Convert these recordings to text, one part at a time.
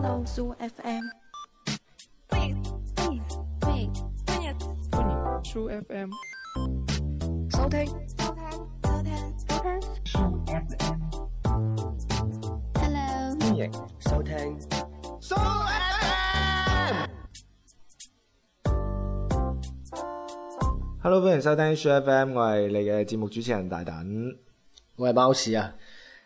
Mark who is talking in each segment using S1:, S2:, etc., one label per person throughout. S1: FM。
S2: 歡迎 True FM 收聽。
S1: Hello，
S3: 歡迎收聽 So FM。Hello，歡迎收聽 So FM，我係你嘅節目主持人大等。
S4: 我係貓屎啊！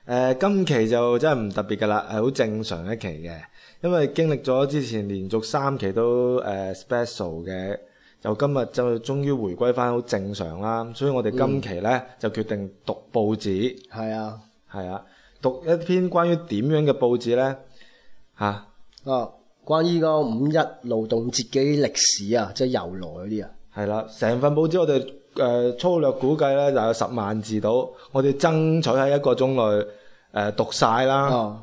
S3: 誒、今期就真係唔特別㗎啦，係好正常一期嘅，因為經歷咗之前連續三期都誒、special 嘅，就今日就終於回歸翻好正常啦。所以我哋今期咧、就決定讀報紙。
S4: 係啊，
S3: 係啊，讀一篇關於點樣嘅報紙呢？嚇、
S4: 啊，關於個五一勞動節嘅啲歷史啊，即係由來嗰啲啊，
S3: 係啦，成份報紙我哋誒、呃粗略估計咧，就有十萬字到，我哋爭取喺一個鐘內誒讀晒啦。
S4: 哦，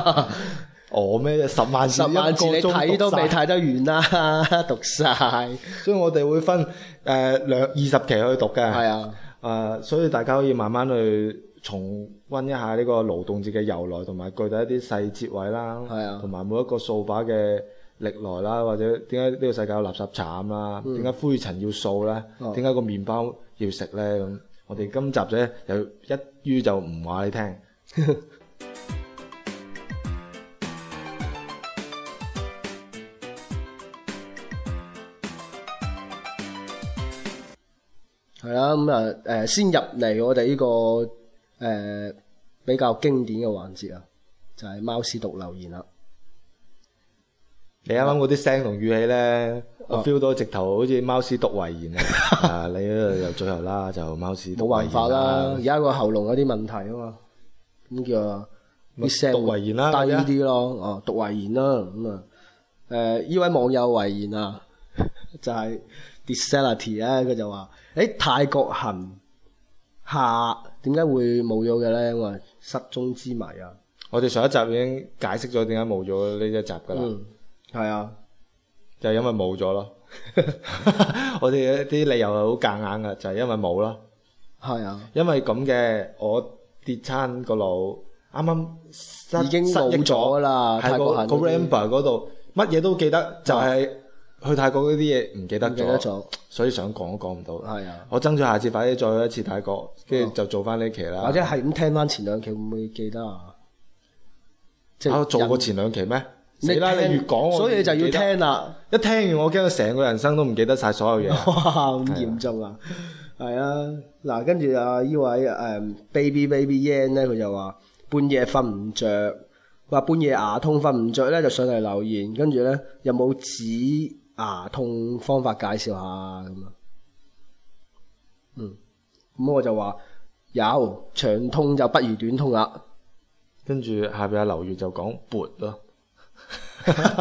S3: 哦咩、十萬字
S4: 十萬字你
S3: 一個鐘
S4: 睇都
S3: 讀晒
S4: 未，睇得完啦， 讀晒，
S3: 所以我哋會分誒兩二十期去讀嘅。
S4: 係啊，
S3: 誒、所以大家可以慢慢去重温一下呢個勞動節嘅由來，同埋具體一啲細節位啦，
S4: 係啊
S3: 同埋每一個掃把嘅歷來啦，或者點解呢個世界有垃圾慘啦，點解、灰塵要掃咧，
S4: 嗯哦
S3: 點解、個麵包要食咧咁。我哋今集咧又一於就唔話你聽。
S4: 係啦，咁啊，誒，先入嚟我哋呢個誒比較經典嘅環節啊，就係貓屎讀留言啦。
S3: 你啱啱嗰啲聲同語氣咧，我
S4: 哦
S3: feel 到直頭好似貓屎讀遺言 啊！啊，你嗰度又最後啦，就貓屎讀
S4: 冇
S3: 遺
S4: 辦
S3: 言
S4: 法啦，而家個喉嚨有啲問題啊嘛，咁叫啊啲聲
S3: 讀遺言啦啊
S4: 低啲咯，哦，讀遺言啦，咁啊，誒呢位網友遺言啊， 就係 disability 咧，佢就話：，誒泰國行下點解會冇咗嘅咧？我話失蹤之謎啊，
S3: 我哋上一集已經解釋咗點解冇咗呢一集㗎啦，
S4: 嗯，係啊，
S3: 就係因為冇咗咯。 我哋啲理由係好夾硬㗎，就係、因為冇咯。
S4: 係啊，
S3: 因為咁嘅，我跌親個腦，啱啱失
S4: 已經
S3: 失憶
S4: 冇咗啦
S3: 係
S4: 泰國
S3: 個
S4: 行
S3: 個
S4: 嗰啲
S3: Rambo 嗰度乜嘢都記得，就係、去泰國嗰啲嘢唔記得
S4: 唔記得
S3: 咗
S4: 咗，
S3: 所以想講都講唔到。
S4: 係啊，
S3: 我爭取下次快啲再去一次泰國，跟住就做翻呢期啦。
S4: 或者係咁聽翻前兩期會唔會記得啊？即
S3: 啊，我做過
S4: 人
S3: 前兩期咩？死啦！
S4: 聽
S3: 你越講我
S4: 所以你就
S3: 越
S4: 要
S3: 記得
S4: 聽啦。
S3: 一聽完我驚到成個人生都唔記得晒所有嘢。
S4: 哇，咁嚴重啊！係啊，嗱，跟住啊，呢位誒 baby baby Yan 咧，佢就話半夜瞓唔着，話半夜牙痛瞓唔着咧，就上嚟留言，跟住咧有冇止牙痛方法介紹下咁啊？嗯，咁我就話有長痛就不如短痛啊啦，
S3: 跟住下邊阿劉月就講撥咯，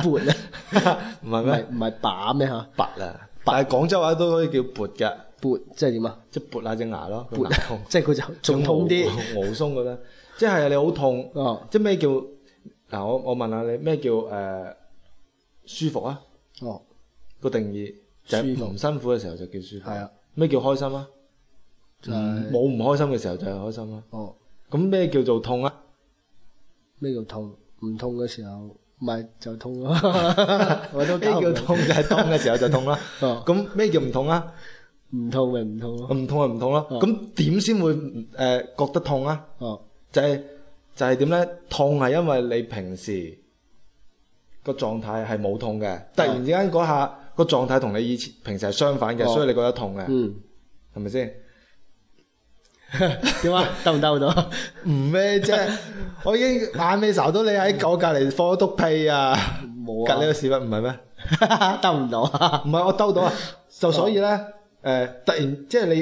S4: 撥咧
S3: 唔係
S4: 唔係
S3: 咩？
S4: 唔係把咩嚇？
S3: 拔啊！但係廣州話都可以叫撥㗎，
S4: 撥即係點啊？
S3: 即係撥下隻牙咯，佢
S4: 撥
S3: 牙痛，
S4: 即係佢就 仲痛啲
S3: 佢熬熬鬆㗎啦。即係你好痛，
S4: 哦
S3: 即係咩叫嗱？我我問下你咩叫誒舒服啊？
S4: 哦，
S3: 個定義就係
S4: 舒服
S3: 唔辛苦嘅時候就叫舒服。
S4: 係啊，
S3: 咩叫開心啊？
S4: 就係
S3: 冇唔開心嘅時候就係開心啦。
S4: 哦。
S3: 咁咩叫做痛啊？
S4: 咩叫痛？唔痛嘅時候，咪就 痛咯。 我都
S3: 咩
S4: 搞唔
S3: 叫
S4: 明
S3: 痛就係痛嘅時候就痛啦。
S4: 哦
S3: 咁咩叫唔痛啊？
S4: 唔痛咪唔痛咯。
S3: 唔痛就唔痛咯。
S4: 哦
S3: 咁點先會誒、呃、覺得痛啊？
S4: 哦，
S3: 就係、就係點咧？痛係因為你平時個狀態係冇痛嘅，突然之間嗰下個狀態同你以前平時係相反嘅，
S4: 哦
S3: 所以你覺得痛嘅，
S4: 嗯，
S3: 係 咪先？
S4: 點啊？得唔得唔得？
S3: 唔咩 啫？我已經眼尾睄到你喺我隔離放咗督屁啊！
S4: 冇
S3: 隔你個
S4: 啊，
S3: 屎忽唔係咩？
S4: 得唔到啊？
S3: 唔係 我兜到啊，就所以咧，誒、突然即係你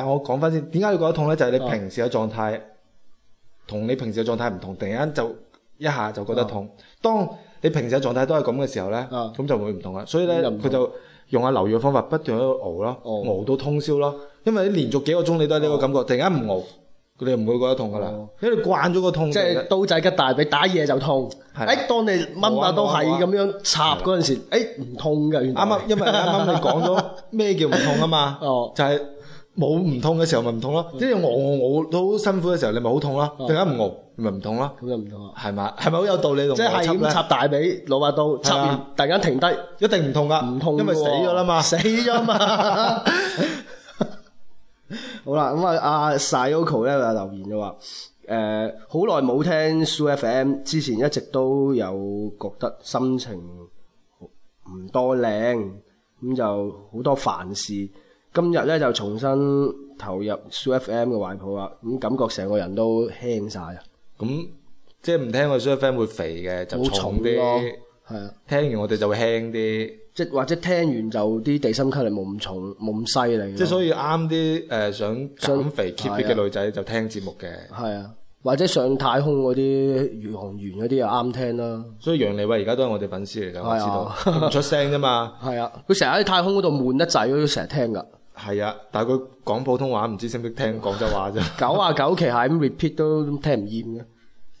S3: 誒、我講翻先，點解會覺得痛咧？就係、你
S4: 哦
S3: 平時嘅狀態同你平時嘅狀態唔同，突然間就一下就覺得痛。當你平時嘅狀態都係咁嘅時候咧，
S4: 哦
S3: 咁、就會唔同啦。所以咧，
S4: 咁就唔同
S3: 佢就用下流嘅方法不斷喺度熬咯，
S4: 哦
S3: 熬到通宵咯。因為你連續幾個鐘你都係呢個感覺，突然間唔熬，佢哋唔會覺得痛噶啦，
S4: 哦
S3: 因為你慣咗個痛。
S4: 即係刀仔吉大髀打嘢就痛。
S3: 係
S4: 誒，當你掹把刀係咁樣插嗰陣時，誒唔痛㗎，原來
S3: 啱 啱，因為啱啱你講咗咩叫唔痛啊嘛，
S4: 哦
S3: 就係冇唔痛嘅時候咪唔痛咯，即係我我我都好辛苦嘅時候，你咪好痛咯，
S4: 嗯
S3: 突然間唔熬咪唔痛咯，
S4: 咁就唔同啊！
S3: 係咪？係咪好有道理同
S4: 即係
S3: 邏輯
S4: 咁
S3: 咧
S4: 插大髀，攞把刀插
S3: 係
S4: 完
S3: 啊，
S4: 突然間停低，
S3: 一定唔痛噶，
S4: 唔痛
S3: 因為
S4: 㗎
S3: 死
S4: 喎
S3: 咗啦嘛，
S4: 死咗嘛。 好啦，咁啊，阿 Sayoko 咧就留言就話：誒、好耐冇聽 Soo FM，之前一直都有覺得心情唔多靚，咁就好多煩事。今日咧就重新投入 Soo FM 嘅懷抱啦，咁感覺成個人都輕晒啊，
S3: 咁即係唔聽我 s u r f a n 會肥嘅，就
S4: 好
S3: 重
S4: 重咯
S3: 啲。，
S4: 係啊。
S3: 聽完我哋就會輕啲，
S4: 即或者聽完就啲地心吸力冇咁重，冇咁犀利咯。
S3: 即係所以啱啲誒想減肥
S4: 想
S3: keep fit
S4: 係
S3: 嘅
S4: 啊
S3: 女仔就聽節目嘅。
S4: 係啊，或者上太空嗰啲宇航員嗰啲又啱聽啦。
S3: 所以楊利偉而家都係我哋粉絲嚟㗎，
S4: 係啊
S3: 我知道，佢唔出聲啫嘛。
S4: 係啊，佢成日喺太空嗰度悶得滯，佢都成日聽㗎。
S3: 係啊，但係佢講普通話唔知識唔識聽廣州話啫，
S4: 九啊九期係咁 repeat 都聽唔厭嘅，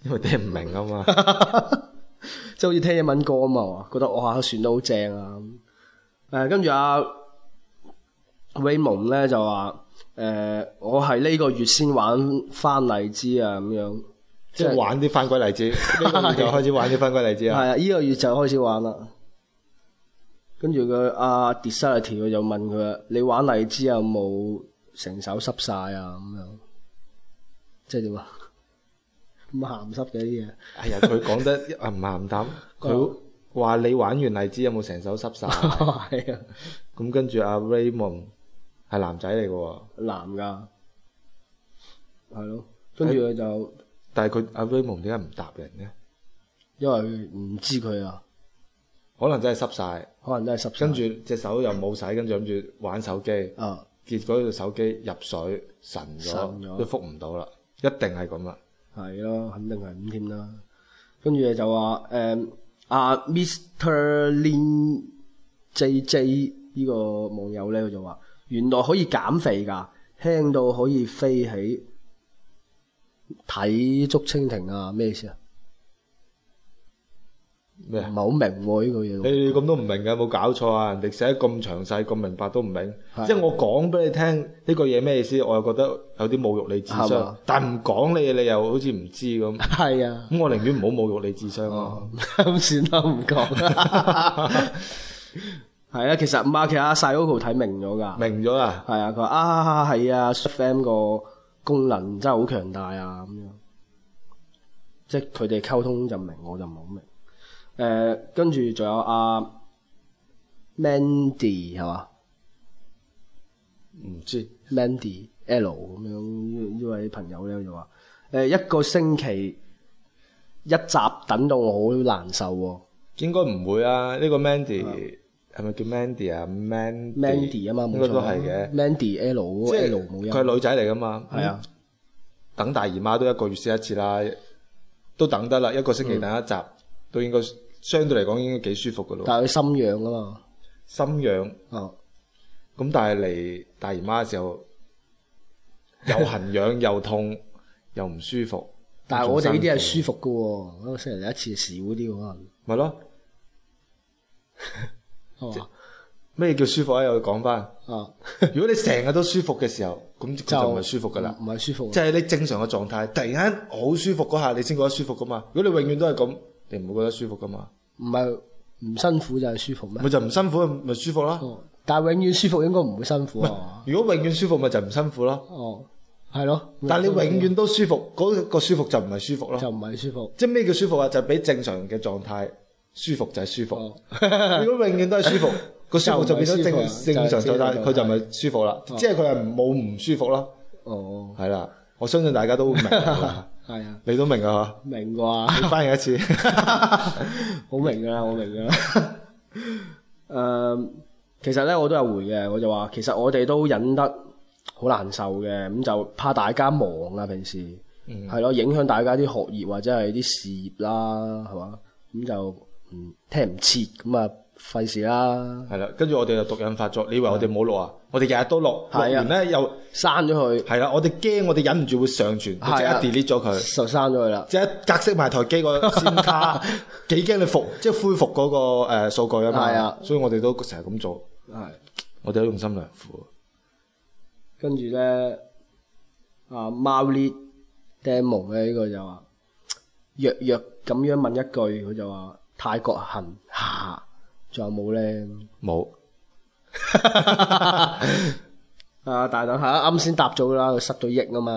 S3: 因為聽唔明啊嘛。
S4: 即係好似聽英文歌咁嘛，覺得哇旋律好正啊。誒，跟住阿 Raymond 咧就話：誒、我係呢個月先玩翻荔枝啊咁樣。
S3: 即係玩啲翻歸荔枝，呢個 月就開始玩啲翻歸荔枝
S4: 係
S3: 啊。
S4: 啊，呢、個月就開始玩啦。跟住佢阿 d e s i r t y 佢就問佢啊：你玩荔枝有冇成手濕晒啊？咁樣即係點啊？ 咁鹹濕嘅啲嘢，
S3: 哎呀，佢講得一啊唔鹹淡，佢話你玩完荔枝有冇成手濕晒？
S4: 係啊，
S3: 咁跟住阿 Raymond 係男仔嚟嘅喎，
S4: 男噶，係咯。跟住佢就
S3: 但係佢阿 Raymond 點解唔答人呢？
S4: 因為唔知佢啊，
S3: 可能真係濕晒，
S4: 可能都係濕晒。
S3: 跟住隻手又冇洗，跟住諗住玩手機，
S4: 啊，
S3: 結果隻手機入水神咗
S4: 神，咗
S3: 都覆唔到啦，一定係咁啦。
S4: 係咯，啊肯定係咁添啦。跟住就話誒阿 Mr. Lin J J 呢個網友咧，佢就話原來可以減肥㗎，輕到可以飛起，睇竹蜻蜓啊，咩意思啊？
S3: 咩
S4: 唔
S3: 啊？
S4: 係好明喎呢個嘢。
S3: 你哋咁都唔明嘅，有冇搞錯啊！人哋寫得咁詳細、咁明白都唔明，
S4: 係
S3: 即係我講俾你聽呢個嘢咩意思，我又覺得有啲侮辱你智
S4: 係
S3: 商
S4: 嘛，
S3: 但唔講你，你又好似唔知咁。
S4: 係啊，
S3: 咁我寧願唔好侮辱你智商啊
S4: 哦
S3: 咯。
S4: 咁算啦，唔講啦。係啊，其實唔係，其實阿 Sayoko 睇明咗㗎。
S3: 明咗啦，
S4: 係啊，佢話啊係啊 s f m 個功能真係好強大啊咁樣，即係佢哋溝通就明，我就唔係好明。誒、跟住仲有阿、Mandy 係嘛
S3: 唔知
S4: ，Mandy L 咁樣呢位朋友咧就話誒、一個星期一集等到我好難受喎、
S3: 應該唔會啊。呢個 Mandy 係咪叫 Mandy 啊？Mandy
S4: Mandy 啊嘛，
S3: 應
S4: 冇
S3: 該
S4: 錯
S3: 都係嘅，
S4: Mandy L 嗰
S3: 即
S4: 個
S3: 係
S4: L 冇音，
S3: 佢係女仔嚟噶嘛。
S4: 係啊，
S3: 等大姨媽都一個月先一次啦，都等得啦，一個星期等一集，
S4: 嗯
S3: 都應該相對嚟講應該幾舒服噶咯。
S4: 但係佢心癢啊嘛，
S3: 心癢
S4: 哦，
S3: 咁，但係嚟大姨媽嘅時候又痕癢又痛 又唔舒服，
S4: 但係我哋呢啲係
S3: 仲辛苦
S4: 舒服嘅喎，一個星期嚟一次少啲可能，
S3: 咪咯？
S4: 係嘛？
S3: 咩叫舒服啊？又要講 翻，
S4: 啊，
S3: 如果你成日都舒服嘅時候，咁佢就唔係舒服噶啦。
S4: 唔係舒服啊
S3: 即。係你正常嘅狀態，突然間好舒服嗰下，你先覺得舒服噶嘛。如果你永遠都係咁，你唔會覺得舒服噶嘛。
S4: 唔係唔辛苦就係舒服咩？
S3: 咪就唔辛苦，咪舒服咯。
S4: 哦，但係永遠舒服應該唔會辛苦啊。
S3: 如果永遠舒服，咪就唔辛苦咯。
S4: 哦，係咯。
S3: 但你永遠都舒服，嗰、個舒服就唔係舒服咯。
S4: 就唔係舒服。
S3: 即係咩叫舒服啊？就比正常嘅狀態舒服就係舒服。
S4: 哦，
S3: 如果永遠都係舒 服，個舒服就變咗
S4: 就唔
S3: 正
S4: 係舒服
S3: 正常狀態，
S4: 就係
S3: 佢就唔係舒服啦。即係佢係冇唔舒服咯。
S4: 哦，
S3: 係啦，我相信大家都 明㗎啦，
S4: 係啊，
S3: 你都明啊
S4: 明
S3: 嚇？
S4: 啩，
S3: 你翻譯一 次，
S4: 好明㗎啦，我明㗎啦。誒，其實咧我都有回嘅，我就話其實我哋都忍得好難受嘅，咁就怕大家忙啊，平時。
S3: 嗯
S4: 係咯，影響大家啲學業啊或者係啲事業啦，係嘛？咁就唔聽唔切，咁啊費事啦，
S3: 係啦，跟住我哋就毒癮發作。你以為我哋冇錄啊？我哋日日都錄，錄
S4: 係啊
S3: 完咧又
S4: 刪咗佢
S3: 係啦，我哋驚我哋忍唔住會上傳，就即刻
S4: 係啊
S3: delete 咗佢。
S4: 就刪咗佢啦。
S3: 即係格式埋台機個先 卡，幾驚你復即係恢復嗰個誒數據啊嘛。
S4: 係啊
S3: 所以我哋都成日咁做，
S4: 係
S3: 我哋都用心良苦。
S4: 跟住咧啊貓烈 demo 咧呢個就話弱弱咁樣問一句，佢就話泰國行 下仲有冇咧？
S3: 冇，
S4: 啊大等下啱先答咗啦，佢失咗億啊嘛，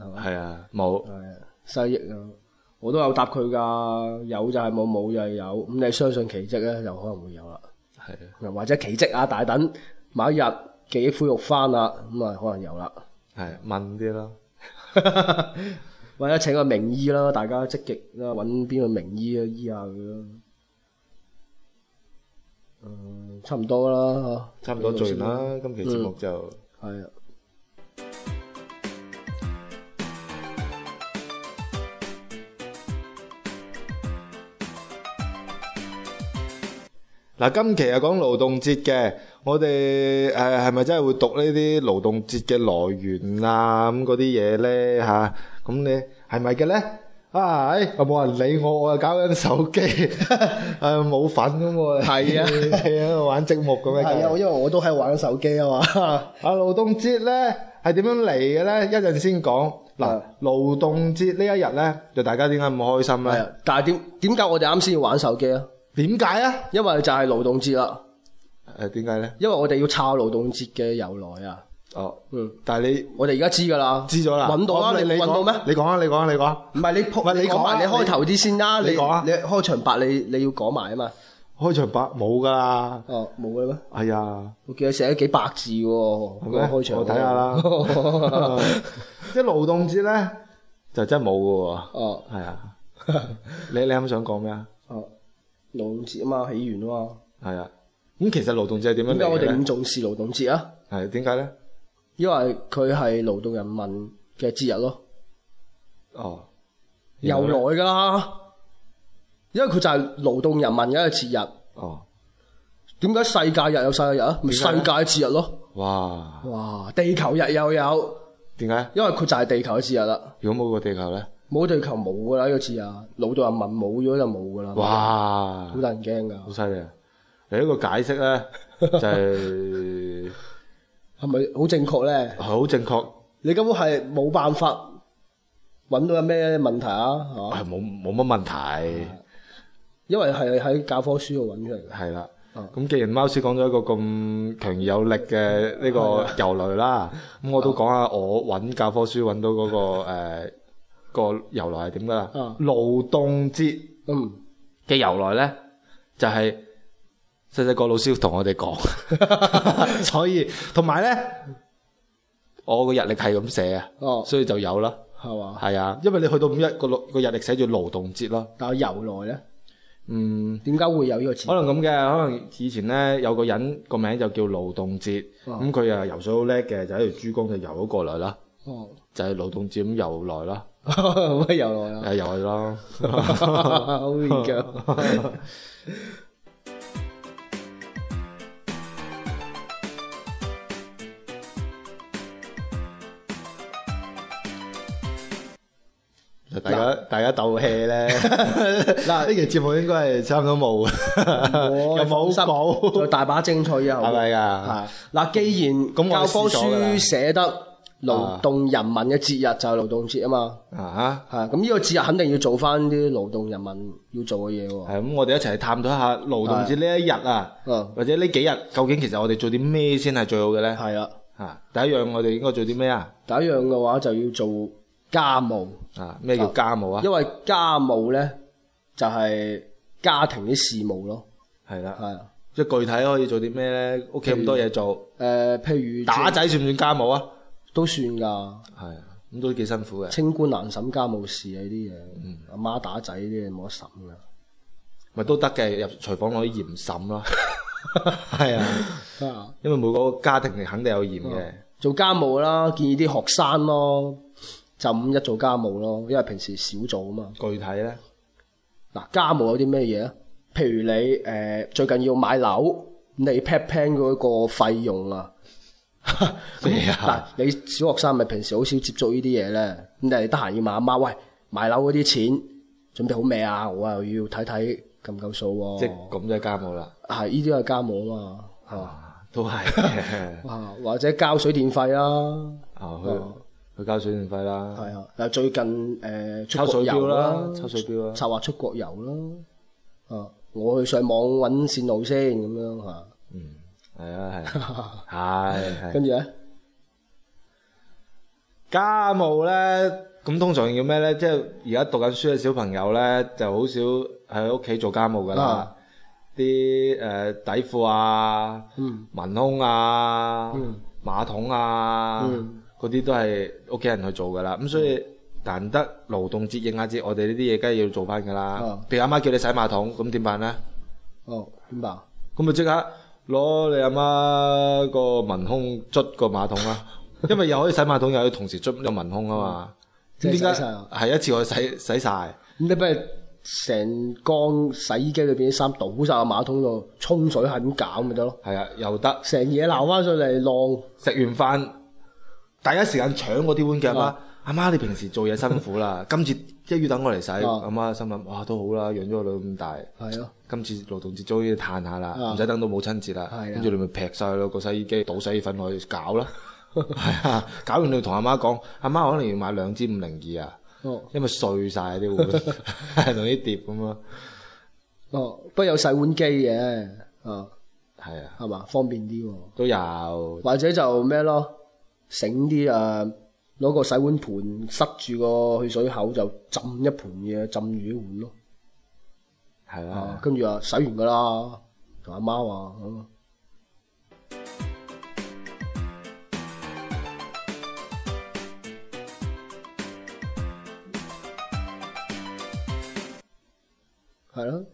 S4: 係咪？
S3: 係啊，冇，
S4: 係啊，失億啊！我都有答佢㗎，有就係冇，冇就係有。咁你相信奇蹟咧，就可能會有啦。
S3: 係啊，
S4: 又或者奇蹟啊，大等某一日記憶恢復翻啦，咁啊可能有啦。
S3: 係問啲啦，
S4: 或者請個名醫啦，大家積極啦，揾邊個名醫啊醫下佢咯。嗯，差唔多啦，
S3: 差唔多做完。啦。今期節目就
S4: 係啊，
S3: 嗱，今期又講勞動節嘅，我哋誒係咪真係會讀呢啲勞動節嘅來源啊咁嗰啲嘢咧嚇？咁你係咪嘅咧？啊，唉又冇人理我，我又搞緊手機，誒冇份咁喎。
S4: 係啊
S3: 係啊，玩積木咁樣。
S4: 係啊，因為我都喺玩手機啊嘛。
S3: 啊，勞動節咧係點樣嚟嘅咧？一陣先講。嗱
S4: 啊，
S3: 勞動節呢一日咧，就大家點解咁開心
S4: 係
S3: 咧？
S4: 啊，但係點點解我哋啱先要玩手機啊？
S3: 點解啊？
S4: 因為就係勞動節啦，
S3: 誒點解咧？
S4: 因為我哋要抄勞動節嘅由來啊。
S3: 哦，
S4: 嗯，
S3: 但係你
S4: 我哋而家知㗎啦，
S3: 知咗啦，
S4: 揾到啦，
S3: 我
S4: 你
S3: 你
S4: 揾到
S3: 講
S4: 咩？
S3: 你講啊，你講啊，你講啊。
S4: 唔係你鋪，
S3: 喂你
S4: 你講
S3: 講啊
S4: 埋你開頭啲先啦。
S3: 你
S4: 你
S3: 講啊
S4: 你開場白你你要講埋啊嘛。
S3: 開場白冇㗎啦。
S4: 哦，冇嘅咩？
S3: 哎呀，
S4: 我記得寫咗幾百字喎，
S3: 係
S4: 嗰個
S3: 咩
S4: 啊開場。
S3: 我睇下 啦即係勞動節咧，就真係冇㗎
S4: 哦
S3: 喎。係 啊，你你啱想講咩啊？
S4: 哦，勞動節啊嘛，起源啊嘛。
S3: 係啊，咁其實勞動節係點樣
S4: 點解
S3: 嚟
S4: 我
S3: 嘅
S4: 哋咁
S3: 咧？
S4: 重視勞動節啊？
S3: 係點解咧？
S4: 因為佢係勞動人民嘅節日咯，
S3: 哦，
S4: 由
S3: 然後
S4: 來
S3: 呢
S4: 㗎啦。因為佢就係勞動人民嘅一個節日。
S3: 哦，
S4: 點解世界日有世界日啊？咪
S3: 點
S4: 世
S3: 解
S4: 界
S3: 咧
S4: 節日咯。
S3: 哇！
S4: 哇！地球日又有，
S3: 點解？
S4: 因為佢就係地球嘅節日啦。
S3: 如果冇個地球咧，
S4: 冇地球冇噶啦呢個字啊，老到人民冇咗就冇噶啦，
S3: 哇，
S4: 好得人驚
S3: 好
S4: 噶，
S3: 犀利啊！你一個解釋咧， 就係
S4: 係咪好正確咧？
S3: 好正確，
S4: 你根本係冇辦法揾到有咩問題啊，係嘛？
S3: 係冇冇乜問題，
S4: 因為係喺教科書度揾出嚟嘅，
S3: 係啦。
S4: 嗯
S3: 咁既然貓屎講咗一個咁強而有力嘅呢個由來啦，咁我都講下我揾教科書揾到嗰個誒個由來係點噶啦
S4: 嗯。
S3: 勞動節
S4: 嗯，
S3: 嘅由來咧，就係細細個老師同我哋講， 所以同埋咧，我個日曆係咁寫啊，
S4: 哦，
S3: 所以就有啦，
S4: 係嘛？
S3: 係啊，因為你去到五一個六個日曆寫住勞動節啦，
S4: 但係由來咧，
S3: 嗯，
S4: 點解會有呢個字
S3: 可？能咁嘅，可能以前咧有個人個名就叫勞動節，
S4: 哦
S3: 咁佢啊游水好叻嘅，就喺條珠江就游咗過來啦，
S4: 哦，
S3: 就係勞動節咁游來啦，
S4: 咩由來啊？
S3: 誒游去咯。
S4: 好熱㗎，
S3: 大家大家鬥氣咧，嗱呢期節目應該係差唔多冇，
S4: 我
S3: 又冇
S4: 仲
S3: 冇，
S4: 有大把精彩啊！後面
S3: 係咪㗎？
S4: 係嗱，既然
S3: 咁
S4: 教
S3: 我哋
S4: 科
S3: 試咗㗎啦
S4: 書寫得勞動人民嘅節日就係勞動節啊嘛，
S3: 啊，
S4: 係咁呢個節日肯定要做翻啲勞動人民要做嘅嘢喎。
S3: 係咁，我哋一齊探討一下勞動節呢一日啊，
S4: 嗯，
S3: 或者呢幾日究竟其實我哋做啲咩先係最好嘅咧？
S4: 係啦，
S3: 啊，第一樣我哋應該做啲咩啊？
S4: 第一樣嘅話就要做家務，
S3: 啊，咩叫家務啊？
S4: 因為家務咧就係家庭啲事務咯，
S3: 係啦，嗯
S4: 係啊。
S3: 即係具體可以做啲咩咧？屋企咁多嘢做，
S4: 誒、呃譬如
S3: 打仔算唔算家務啊？
S4: 都算㗎，
S3: 係啊，咁都幾辛苦嘅。
S4: 清官難審家務事啊！呢啲嘢，阿媽打仔呢啲嘢冇得審㗎。
S3: 咪都得嘅，入廚房攞啲鹽滲 啦。係啊，
S4: 啊！
S3: 因為每個家庭肯定有鹽嘅。
S4: 做家務啦，建議啲學生咯，就五一做家務咯，因為平時少做啊嘛。
S3: 具體咧，
S4: 嗱，家務有啲咩嘢啊？譬如你誒、呃最近要買樓，你 pat plan 嗰個費用啊。
S3: 咩
S4: 咁嗱
S3: 啊，
S4: 你小學生咪平時好少接觸呢啲嘢咧，咁但係你得閒要問阿媽，喂，買樓嗰啲錢準備好未啊？我又要睇睇夠唔夠數
S3: 即
S4: 喎、
S3: 係咁就係家務啦。
S4: 係呢啲係家務啊嘛，係嘛？
S3: 都係 嘅
S4: 啊，或者交水電費啦，
S3: 哦，佢佢交水電費啦，
S4: 係啊，嗱最近誒
S3: 抽水錶啦，抽水啊錶啦，
S4: 策劃出國遊啦，啊，我去上網揾線路先咁樣嚇，
S3: 嗯，係啊，係，係係。
S4: 跟住咧
S3: 家務咧，咁通常要咩咧？即係而家讀緊書嘅小朋友咧，就好少喺屋企做家務噶啦
S4: 啊。
S3: 啲誒、呃底褲啊、
S4: 嗯
S3: 文胸啊、
S4: 嗯
S3: 馬桶啊，
S4: 嗯
S3: 嗰啲、都係屋企人去做噶啦。咁所以難得勞動節、應下啊節，我哋呢啲嘢梗係要做翻噶啦
S4: 啊。
S3: 譬如阿媽叫你洗馬桶，咁點辦咧？
S4: 哦點辦？
S3: 咁咪即刻攞你阿媽個文胸捽個馬桶 啦，因為又可以洗馬桶，又可以同時捽個文胸啊嘛。咁
S4: 即
S3: 點
S4: 係
S3: 解
S4: 洗晒啊
S3: 係一次我洗洗晒？
S4: 咁你不如成缸洗衣機裏邊啲衫倒晒個馬桶度，沖水係咁搞咪得咯，
S3: 係啊，又得
S4: 成嘢撈翻上嚟晾。
S3: 食完飯，第一時間搶嗰啲碗嘅
S4: 啊
S3: 阿媽。阿媽，你平時做嘢辛苦 啦，今次即係要等我嚟
S4: 啊
S3: 洗。阿媽心諗：啊哇，都好啦，養咗個女咁大，
S4: 係咯，
S3: 今次勞動節終於嘆下啦，
S4: 啊
S3: 唔使等到母親節啦。
S4: 係啊
S3: 跟住你咪劈晒咯個洗衣機，倒洗衣粉落去搞 啦。係啊，搞完你同阿媽講，阿媽可能要買兩支五零二啊。
S4: 哦
S3: 因為碎晒啲 碗，同啲碟咁咯。
S4: 哦，不過有洗碗機嘅，啊
S3: 係啊，
S4: 係嘛，方便啲喎。
S3: 都有
S4: 或者就咩咯，醒啲啊，攞個洗碗盤塞住個去水口就浸一盤嘢，浸住啲碗咯。
S3: 係
S4: 啊
S3: 啦，，
S4: 跟住啊洗完噶啦，同阿媽話嗯咁。係咯，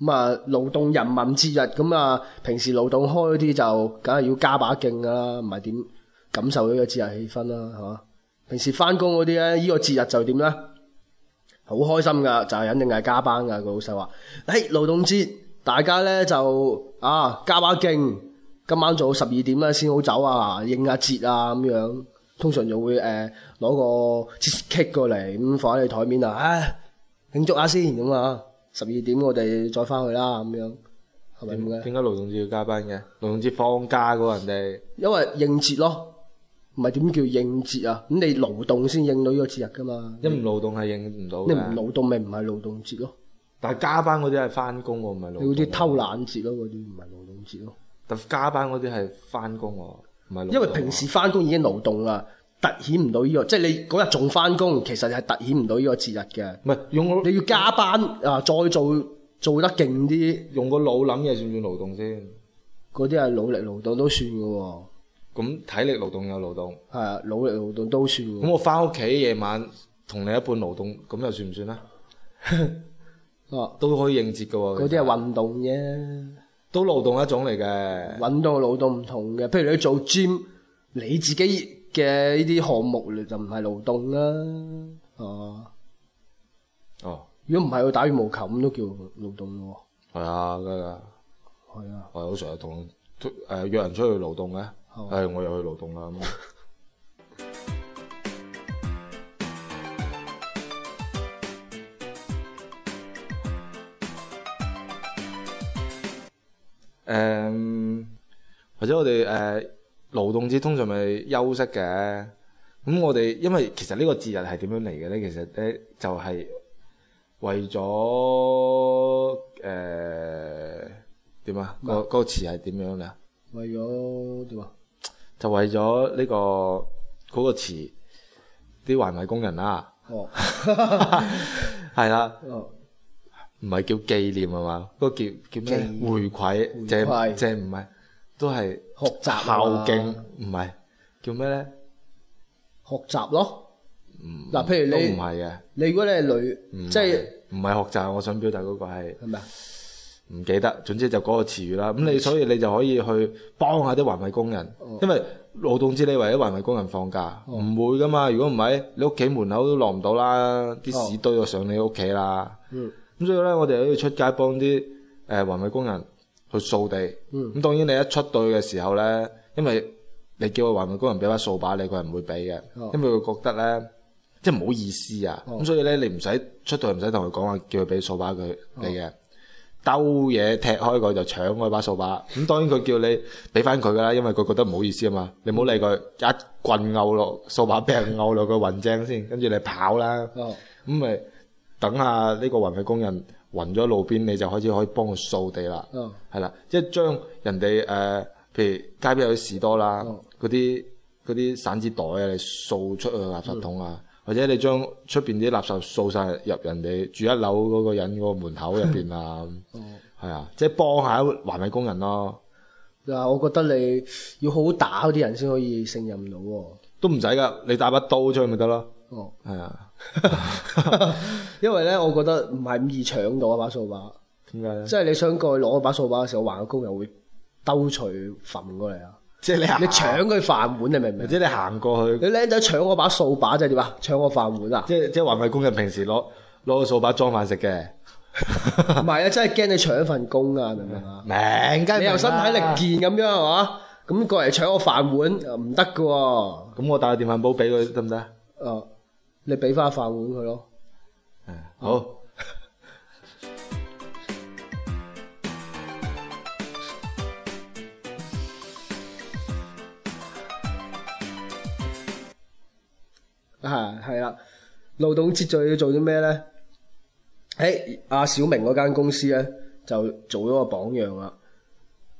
S4: 咁啊勞動人民節日咁啊，平時勞動開嗰啲就梗係要加把勁噶啦，唔係點感受呢個節日氣氛啦，係嘛？平時翻工嗰啲咧，呢、個節日就點咧？好開心噶，就係肯定係加班噶。個老細話：，誒勞動節，大家咧就啊加把勁，今晚做到十二點啦先好走啊，應下節啊咁樣。通常就會誒攞、個 cheesecake 過嚟咁放喺你台面啊，唉慶祝下先咁啊。十二點我哋再翻去啦咁樣，係咪
S3: 點
S4: 咁
S3: 點
S4: 嘅？
S3: 解勞動節要加班嘅？勞動節放假嗰人
S4: 因為應節咯，唔係點叫應節啊？咁你勞動先應到呢個節日噶嘛
S3: 哋，，一唔勞動係應唔到
S4: 你唔
S3: 嘅。
S4: 勞動咪唔係勞動節咯。
S3: 但係加班嗰啲係翻工喎，唔係勞動啊
S4: 你
S3: 喎。
S4: 嗰啲偷懶節咯，嗰啲唔係勞動節咯。
S3: 但加班嗰啲係翻工喎，唔係勞動喎。啊
S4: 因為平時翻工已經勞動啦，突顯唔到呢、個，即係你嗰日仲翻工，其實係突顯唔到呢個節日嘅。
S3: 唔係用個
S4: 你要加班啊，再做做得勁啲，
S3: 用個腦諗嘢算唔算勞動先？
S4: 嗰啲係努力勞動都算嘅喎，
S3: 咁體力勞動有勞動，
S4: 係啊，努力勞動都算嘅
S3: 咁我翻屋企夜晚同你一半勞動，咁又算唔算咧？
S4: 喎。啊，
S3: 都可以應節嘅喎。
S4: 嗰
S3: 其
S4: 啲
S3: 實
S4: 係運動啫，
S3: 都勞動一種嚟嘅。
S4: 運動勞動唔同嘅。譬如你做 gym，你自己嘅呢啲項目你就唔係勞動啦。啊，
S3: 哦，
S4: 如果唔係我打羽毛球咁都叫勞動喎。
S3: 係啊，梗係啦。
S4: 係啊。
S3: 我好成日同誒約人出去勞動嘅，
S4: 哦
S3: 誒我又去勞動啦咁。誒，或者我哋誒勞動節通常咪休息嘅，咁我哋因為其實呢個節日係點樣嚟嘅咧？其實咧就係為咗誒點啊？個個詞係點樣嘅？
S4: 為咗 點啊？
S3: 就為咗呢、個嗰、個詞啲環衞工人 啦，
S4: 哦，
S3: 係啦，
S4: 哦，
S3: 唔係叫紀念啊嘛，嗰、個叫叫咩
S4: 紀念
S3: 回饋，即係
S4: 饋
S3: 即係唔係都係
S4: 學習啊
S3: 孝敬，唔係叫咩咧？
S4: 學習咯。嗱，譬如
S3: 嗯都唔
S4: 你，
S3: 係嘅，
S4: 你如果你係
S3: 唔
S4: 女，即係
S3: 係唔係學習？我想表達嗰個係
S4: 係咪啊？
S3: 唔記得，總之就嗰個詞語啦。咁你所以你就可以去幫下啲環衞工人，
S4: 嗯哦
S3: 因為勞動節你為咗環衞工人放假，唔、會噶嘛。如果唔係，你屋企門口都落唔到啦，啲
S4: 哦
S3: 屎堆就上你屋企啦。
S4: 嗯
S3: 咁所以咧，我哋都要出街幫啲誒環衞工人去掃地。咁、
S4: 嗯
S3: 當然你一出隊嘅時候咧，因為你叫個環衞工人俾把掃把你，佢係唔會俾嘅，
S4: 哦
S3: 因為佢覺得咧即係唔好意思啊。咁、
S4: 哦哦
S3: 所以咧，你唔使出隊唔使同佢講話，叫佢俾掃把佢你嘅。兜嘢踢開佢就搶佢把掃把。咁當然佢叫你俾翻佢噶啦，因為佢覺得唔好意思啊嘛。你唔好理佢，一棍拗落掃把柄，拗落佢暈正先，跟住你跑啦。
S4: 哦，
S3: 咁咪等下呢個運費工人暈咗路邊，你就開始可以幫佢掃地啦。
S4: 哦，
S3: 係啦，即係將人哋誒、呃譬如街邊有啲士多啦
S4: 嗯，
S3: 嗰啲嗰啲散紙袋啊，你掃出去垃圾桶啊，
S4: 嗯
S3: 或者你將出邊啲垃圾掃晒入人哋住一樓嗰個人嗰個門口入邊啊，
S4: 哦。
S3: 係啊，即係幫下環衞工人咯，
S4: 嗱，我覺得你要好好打嗰啲人先可以勝任到喎。
S3: 都唔使噶，你帶把刀出去咪得咯，
S4: 哦，
S3: 係 啊，
S4: 因為咧，我覺得唔係咁易搶到啊把掃把，
S3: 點解咧？
S4: 即係你想過去攞把掃把嘅時候，環個工人會兜錘揈過嚟啊！
S3: 即係你行
S4: 你搶，佢飯碗，你明唔啊
S3: 或
S4: 明？
S3: 者你行過去，
S4: 你僆仔搶我把掃把即係點啊？搶我飯碗啊？
S3: 即係即係環衞工人平時攞攞個掃把裝飯食 嘅，
S4: 唔係啊，真係驚你搶份工啊！明唔明啊？
S3: 明，梗係
S4: 你又
S3: 明
S4: 身體力
S3: 啦
S4: 健咁樣係嘛？咁過嚟搶我飯碗唔得嘅喎。
S3: 咁我帶個電飯煲俾佢得唔得？
S4: 誒，你俾翻飯碗佢咯。
S3: 好，
S4: 係係啦，勞動節最要做啲咩咧？喺阿小明嗰間公司咧，就做咗個榜樣啦。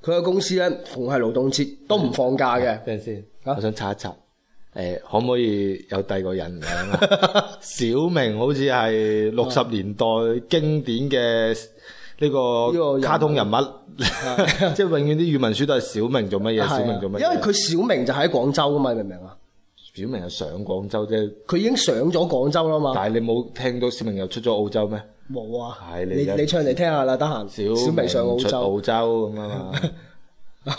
S4: 佢個公司咧，逢係勞動節都唔放假嘅。
S3: 等陣先，
S4: 啊
S3: 我想查一查，誒可唔可以有第二個人名啊？ 小明好似係六十年代經典嘅呢
S4: 呢個
S3: 個
S4: 人
S3: 卡通人物， 即係永遠啲語文書都係啊小明做乜嘢？小明做乜嘢？
S4: 啊因為佢小明就喺廣州噶嘛，你明唔明啊？
S3: 小明係上廣州啫，
S4: 佢已經上咗廣州啦嘛。
S3: 但係你冇聽到小明又出咗澳洲咩？
S4: 冇啊，
S3: 係你
S4: 你
S3: 一
S4: 你唱嚟聽下啦，得閒。小明上澳
S3: 出
S4: 洲。
S3: 澳洲咁啊嘛，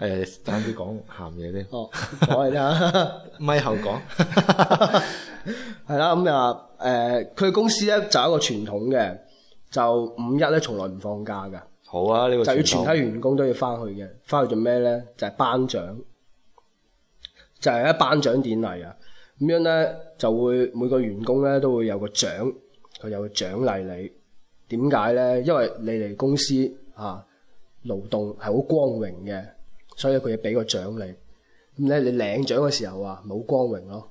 S3: 誒爭啲講鹹嘢添，
S4: 哦，講嚟聽 下。
S3: 咪後 講，
S4: 係啦，咁啊，誒，佢公司咧就有一個傳統嘅，就五一咧從來唔放假嘅。
S3: 好啊呢個
S4: 就要
S3: 傳
S4: 全
S3: 統
S4: 體員工都要翻去嘅，翻去做咩咧？就係、頒獎，就係、一頒獎典禮啊！咁樣咧就會每個員工咧都會有個獎，佢又會獎勵你。點解咧？因為你哋公司啊勞動係好光榮嘅，所以佢要俾個獎你。咁咧你領獎嘅時候啊，咪好光榮咯，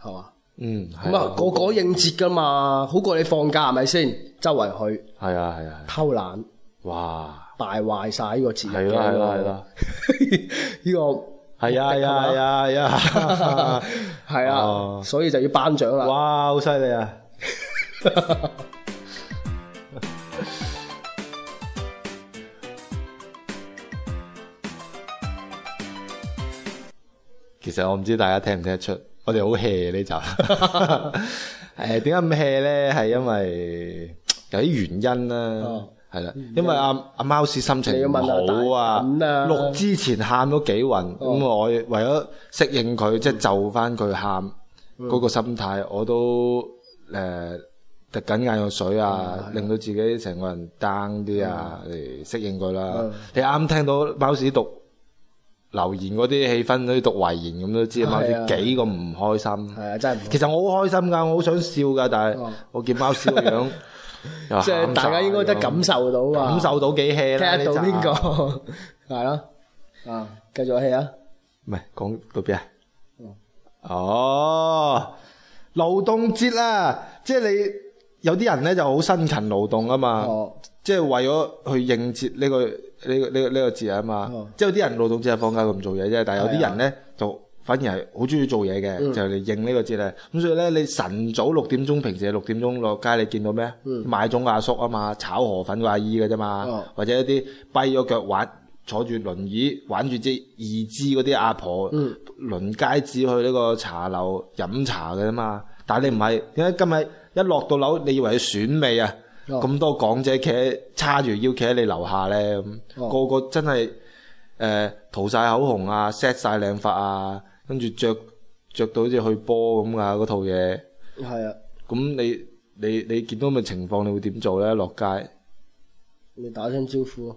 S4: 係嘛？
S3: 嗯，係
S4: 咁啊個個應節噶嘛，好過你放假係咪先？周圍去
S3: 係啊係啊，係啊
S4: 偷懶。
S3: 哇，
S4: 敗壞晒呢個節
S3: 係
S4: 日嘅
S3: 啦係啦係
S4: 喎
S3: 啦，
S4: 呢 個
S3: 係啊係啊係啊係 啊，
S4: 係啊，
S3: 哦
S4: 所以就要頒獎啦。
S3: 哇，好犀利啊！其實我唔知大家聽唔聽得出，我哋好 hea 呢集。 誒點解咁 hea 咧？係因為有啲原因啦
S4: 哦，
S3: 係啦，因為阿阿貓屎心
S4: 你
S3: 情
S4: 要
S3: 唔
S4: 問下
S3: 好啊，
S4: 大人啊
S3: 錄之前喊咗幾暈，咁、
S4: 哦
S3: 我為咗適應佢，即係就翻佢喊嗰個心態，我都誒滴緊眼藥水啊，令到自己成個人 down 啲啊，嚟適應佢啦
S4: 嗯。
S3: 你啱聽到貓屎讀留言嗰啲氣氛，好似讀遺言咁都知
S4: 係啊
S3: 貓屎幾咁唔開心
S4: 係。啊，真係唔好
S3: 其實我好開心㗎，我好想笑㗎，但係
S4: 哦
S3: 我見貓屎個 樣，又
S4: 即係
S3: 喊
S4: 大家
S3: 晒
S4: 應該得
S3: 咁
S4: 感受到啊，
S3: 感受到幾 hea
S4: 聽
S3: 啦，
S4: 得到
S3: 呢集
S4: 邊個 係咯啊，繼續戲啊，
S3: 唔係講到邊啊？哦，勞動節啦，即係你有啲人咧就好辛勤勞動啊嘛，
S4: 哦
S3: 即係為咗去應節呢、個呢、個呢、個呢、個節啊嘛。
S4: 哦啊
S3: 即係有啲人勞動節係放假佢唔做嘢啫，但係有啲人咧就反而係好中意做嘢嘅，
S4: 嗯
S3: 就嚟應呢個節咧。咁所以咧，你晨早六點鐘，平時六點鐘落街，你見到咩？啊
S4: 嗯
S3: 買餸嘅阿叔啊嘛，炒河粉嘅阿姨嘅啫嘛，
S4: 哦
S3: 或者一啲跛咗腳玩。坐住輪椅玩住隻義肢嗰啲阿婆，
S4: 嗯
S3: 輪街子去呢個茶樓飲茶嘅啫嘛。但係你唔係，點解今日一落到樓，你以為佢選美啊？
S4: 哦
S3: 咁多港姐企喺叉住腰企喺你樓下咧，咁、
S4: 哦
S3: 個個真係誒塗晒口紅啊，set 晒靚髮啊，跟住着着到好似去波咁啊嗰套嘢。
S4: 係啊，
S3: 咁你你你見到咁嘅情況，你會點做咧？落街
S4: 你打聲招呼咯，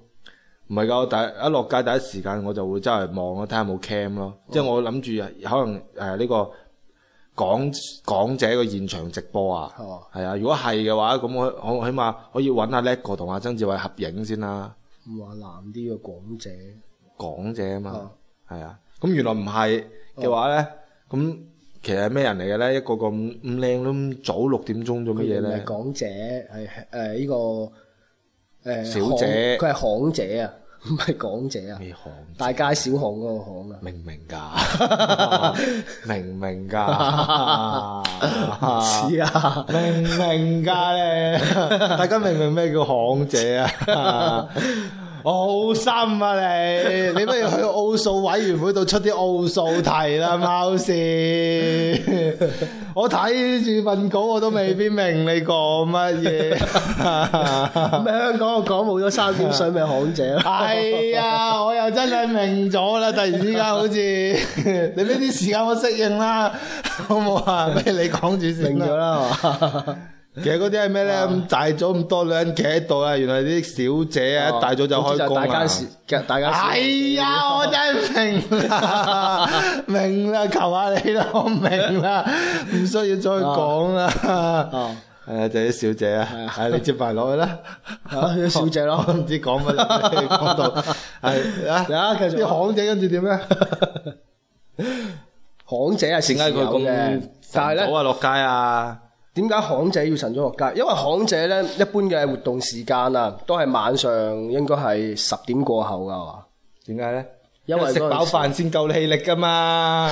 S3: 唔係㗎，我第一一落街第一時間我就會周圍望咯，睇下有冇 cam 咯。即係我諗住可能誒呢、個講講者個現場直播啊？
S4: 係嘛
S3: 係啊，如果係嘅話，咁我我起碼可以揾阿叻哥同阿曾志偉合影先啦。
S4: 唔話男啲嘅港姐，
S3: 講者啊
S4: 哦
S3: 嘛，係啊。咁原來唔係嘅話咧，咁其實係咩人嚟嘅咧？一個個咁咁靚都咁早六點鐘做乜嘢
S4: 佢唔係
S3: 咧？
S4: 港姐，係誒呢個誒、呃
S3: 小姐
S4: 巷佢係巷姐啊，唔係港姐啊，
S3: 咩行？
S4: 大街小巷嗰個巷啊。
S3: 明唔明㗎？明唔明㗎？
S4: 似啊，
S3: 明唔明㗎咧？ 大家明唔明咩叫巷姐啊？我 好心啊你，你不如去奧數委員會度出啲奧數題啦，貓屎！ 我睇住份稿我都未必明你講乜 嘢。
S4: 咩香港我講冇咗三點水咪巷姐咯。
S3: 係啊，我又真係明咗啦！突然之間好似你俾啲時間我適應啦，好唔好啊？俾你講住先
S4: 明咗
S3: 啦。
S4: 啦，係嘛
S3: 其實嗰啲係咩
S4: 啊
S3: 咧？咁大咗咁多女人企喺度啊，原來啲小姐
S4: 哦
S3: 啊， 一大早就開工
S4: 大家
S3: 啦。
S4: 小大家小
S3: 係 啊，我真係明啦，明啦，求下你啦，我明 啦，唔需要再講啦。
S4: 啊，
S3: 係啊，就係啲小姐啊，
S4: 係啊
S3: 係你接埋落去啦。
S4: 啊啲小姐 咯
S3: 我唔知講乜啦，你講到係 啊，
S4: 嚟啊繼續
S3: 啲行姐跟住點咧？
S4: 巷姐係時時有嘅，但係咧
S3: 早。啊落街啊，
S4: 點解巷姐要晨早落街？因為巷姐咧一般嘅活動時間啊，都係晚上應該係十點過後噶嘛。
S3: 點解咧？
S4: 因為
S3: 食
S4: 嗰陣
S3: 飽
S4: 時
S3: 飯先夠氣力噶 嘛，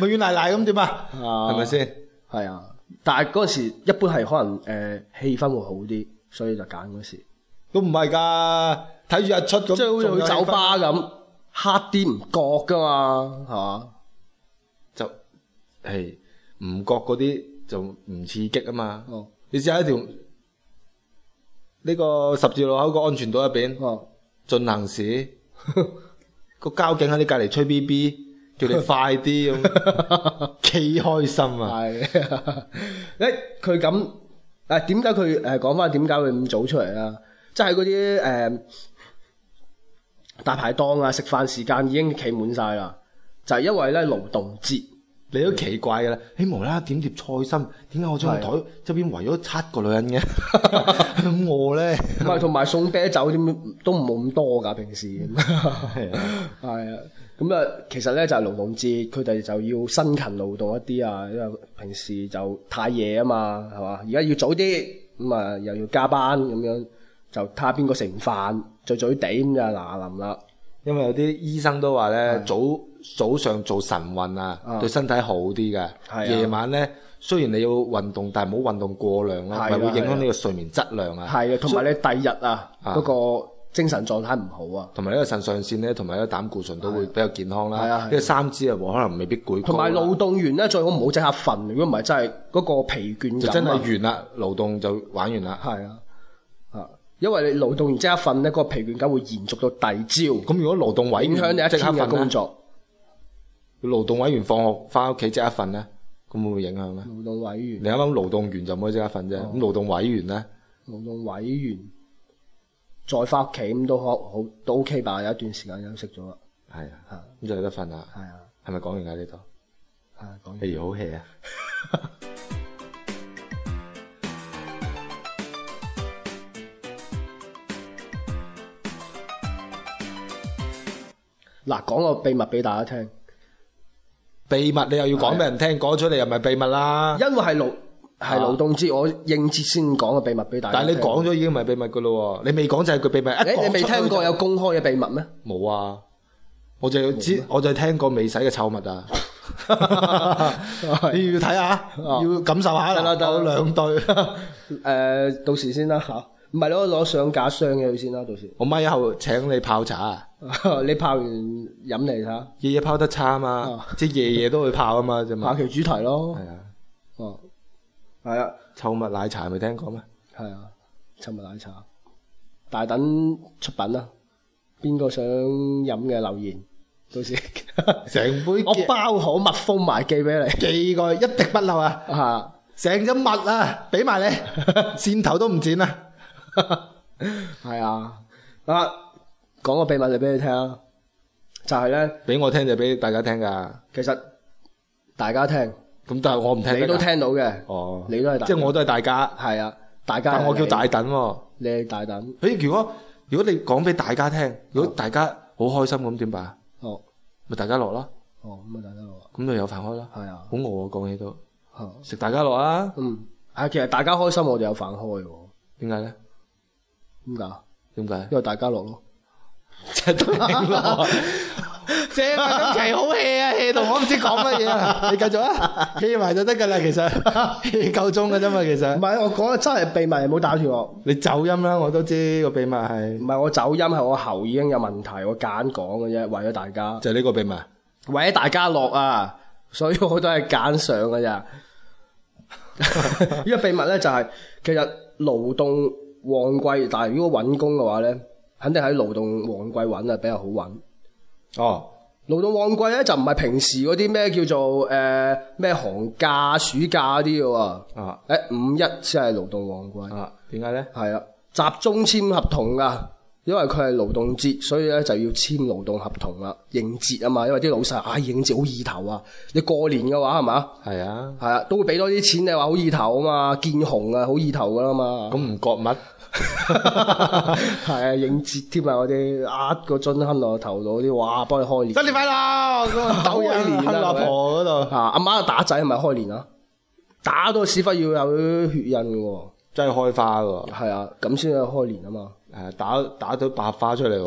S3: 咪軟賴賴咁點啊？係咪先？
S4: 係啊，但係嗰陣時一般係可能誒、呃、氣氛會好啲，所以就揀嗰時。
S3: 都唔係㗎，睇住日出咁，
S4: 即係好似去酒
S3: 仲有氣氛啊
S4: 吧咁，黑啲唔覺噶嘛，係嘛？
S3: 就係唔覺嗰啲就唔刺激啊嘛。
S4: 哦
S3: 你試下一條呢個十字路口個安全島入邊。
S4: 哦，
S3: 進行時，個交警喺你隔離吹 B B，叫你快啲 咁，幾開心啊！
S4: 係。 誒，佢咁誒點解佢誒講翻點解佢咁早出嚟啦？即係嗰啲誒大排檔啊，食飯時間已經企滿晒啦，就係因為咧勞動節。
S3: 你都奇怪㗎啦，你無啦啦點碟菜心，點解我張台
S4: 係
S3: 側邊圍咗七個女人 嘅？咁我咧，
S4: 唔 係，同埋送啤酒點都唔冇咁多㗎，平時 係
S3: 啊
S4: 啊，咁啊，其實咧就係勞動節，佢哋就要辛勤勞動一啲啊，因為平時就太夜啊嘛，係嘛？而家要早啲，咁啊又要加班咁樣，就睇下邊個食完飯醉醉地咁就嗱嗱臨啦，
S3: 因為有啲醫生都話咧，早早上做晨運啊，
S4: 啊
S3: 對身體好啲
S4: 啊
S3: 㗎。夜晚咧，雖然你要運動，但係唔好運動過量啦，
S4: 係
S3: 咪
S4: 啊
S3: 會影
S4: 係
S3: 響
S4: 啊
S3: 你個睡眠質量啊。
S4: 係啊，同埋你第日啊
S3: 啊
S4: 嗰個精神狀態唔好啊，
S3: 同埋呢個腎上腺咧，同埋呢個膽固醇都會比較健康
S4: 係啊係
S3: 啦。
S4: 啊
S3: 呢個三脂啊，可能未必攰高啦
S4: 同埋勞動完咧最好唔好即刻瞓，如果唔係真係嗰個疲倦
S3: 就
S4: 感
S3: 真係
S4: 啊
S3: 完啦，勞動就玩完啦。
S4: 係啊，啊，因為你勞動完即刻瞓咧，嗰個疲倦感會延續到第二朝，
S3: 咁如果勞動委員
S4: 影響你一
S3: 即刻
S4: 天嘅
S3: 瞓
S4: 工
S3: 咧，
S4: 作。
S3: 勞動委員放學翻屋企即刻瞓咧，咁會唔會影響咧？
S4: 勞動委員
S3: 你，啱啱勞動完就唔可以即刻瞓啫，
S4: 哦
S3: 咁勞動委員咧
S4: 勞動委員再翻屋企咁都可好都 OK 吧？有一段時間休息咗啦，
S3: 係啊，咁就有得瞓啦。
S4: 係啊，
S3: 係咪講完啊？呢度
S4: 係講完。
S3: 譬如好 hea 啊！
S4: 嗱，講個秘密俾大家聽，
S3: 秘密你又要講俾人聽，講出嚟又唔係秘密啦。
S4: 因為係勞係勞動節，我應節先講個秘密俾大家。
S3: 啊但係你講，咗已經唔係秘密噶咯喎，你未講就係佢秘密。一
S4: 誒，你未
S3: 講出去
S4: 聽
S3: 就
S4: 過有公開嘅秘密咩？
S3: 冇啊，我就知，我就聽過未洗嘅臭物 啊。你要睇下，要感受下
S4: 哦
S3: 啦。
S4: 得啦得啦
S3: 有兩對，
S4: 誒，到時先啦嚇，唔係攞攞上架箱嘅佢先啦，到時
S3: 我咪以後請你泡茶啊，
S4: 你泡完飲嚟睇下。
S3: 夜夜泡得差啊嘛，即係夜夜都會泡啊 嘛，啫
S4: 下
S3: 嘛。
S4: 期主題咯。
S3: 係啊，
S4: 哦，係啊，
S3: 臭物奶茶未聽過咩？
S4: 係啊，尋日奶茶，大等出品啊！邊個想飲嘅留言，到時
S3: 成杯
S4: 我
S3: 寄
S4: 包好密封埋寄俾 你
S3: 寄過去一滴不漏啊，
S4: 嚇。
S3: 成隻襪啊，俾埋 你，線頭都唔剪啊！
S4: 係啊，啊，講個秘密嚟俾你聽啊，就係咧，
S3: 俾我聽就俾大家聽㗎，
S4: 其實大家聽，
S3: 咁但係我唔聽得㗎
S4: 你都聽到嘅，
S3: 哦，
S4: 你都係大
S3: 即係我都係大家，
S4: 係啊，大家
S3: 但我
S4: 係
S3: 叫
S4: 你
S3: 大等喎。
S4: 你係大等，
S3: 咦，如果如果你講俾大家聽，如果大家好開心咁點辦啊？
S4: 哦
S3: 咪大家樂啦，
S4: 哦咁啊大家喎，
S3: 咁就有飯開啦。
S4: 係啊
S3: 好餓啊，講起都
S4: 嚇
S3: 食大家樂啊？
S4: 嗯，啊其實大家開心我哋有飯開喎，
S3: 點解咧？
S4: 點解？
S3: 點解？
S4: 因為大家樂咯，
S3: 真係 咯，正啊！今期好 hea 啊，hea 到我唔知講乜嘢 啊！你繼續啊，hea 埋就得㗎啦，其 實 hea 夠鐘㗎啫嘛，其
S4: 唔
S3: 實
S4: 係我講嘅真係秘密，你唔好打斷我。
S3: 你走音啦，我都知個秘密係
S4: 唔係我走音係我喉已經有問題，我揀講嘅啫，為咗大家，
S3: 就係呢個秘密。
S4: 為咗大家樂啊，所以我都係揀上嘅咋。 呢個秘密咧就係、其實勞動旺季，但係如果揾工嘅話咧，肯定喺勞動旺季揾啊比較好揾。
S3: 哦，
S4: 勞動旺季咧就唔係平時嗰啲咩叫做誒咩、寒假、暑假嗰啲嘅喎，
S3: 啊
S4: 誒五一先係勞動旺季。
S3: 啊，點解咧？
S4: 係啊，集中簽合同噶，因為佢係勞動節，所以咧就要簽勞動合同啦，應節啊嘛，因為啲老細啊應節好意頭啊，你過年嘅話係嘛，
S3: 係啊，
S4: 係啊，都會俾多啲錢你話好意頭啊嘛，見紅啊好意頭噶啦嘛
S3: 咁，唔覺乜？
S4: 係啊應節添啊，嗰啲呃個樽坑落頭腦嗰啲，哇幫你開年，
S3: 新年快樂！啊
S4: 抖音
S3: 亨
S4: 亨
S3: 老
S4: 老
S3: 婆嗰度
S4: 啊阿媽打仔係咪開年啊？打到屎忽要有血印嘅喎，
S3: 真係開花喎，
S4: 係啊，咁先係開年啊嘛，
S3: 誒打打到白花出嚟 喎。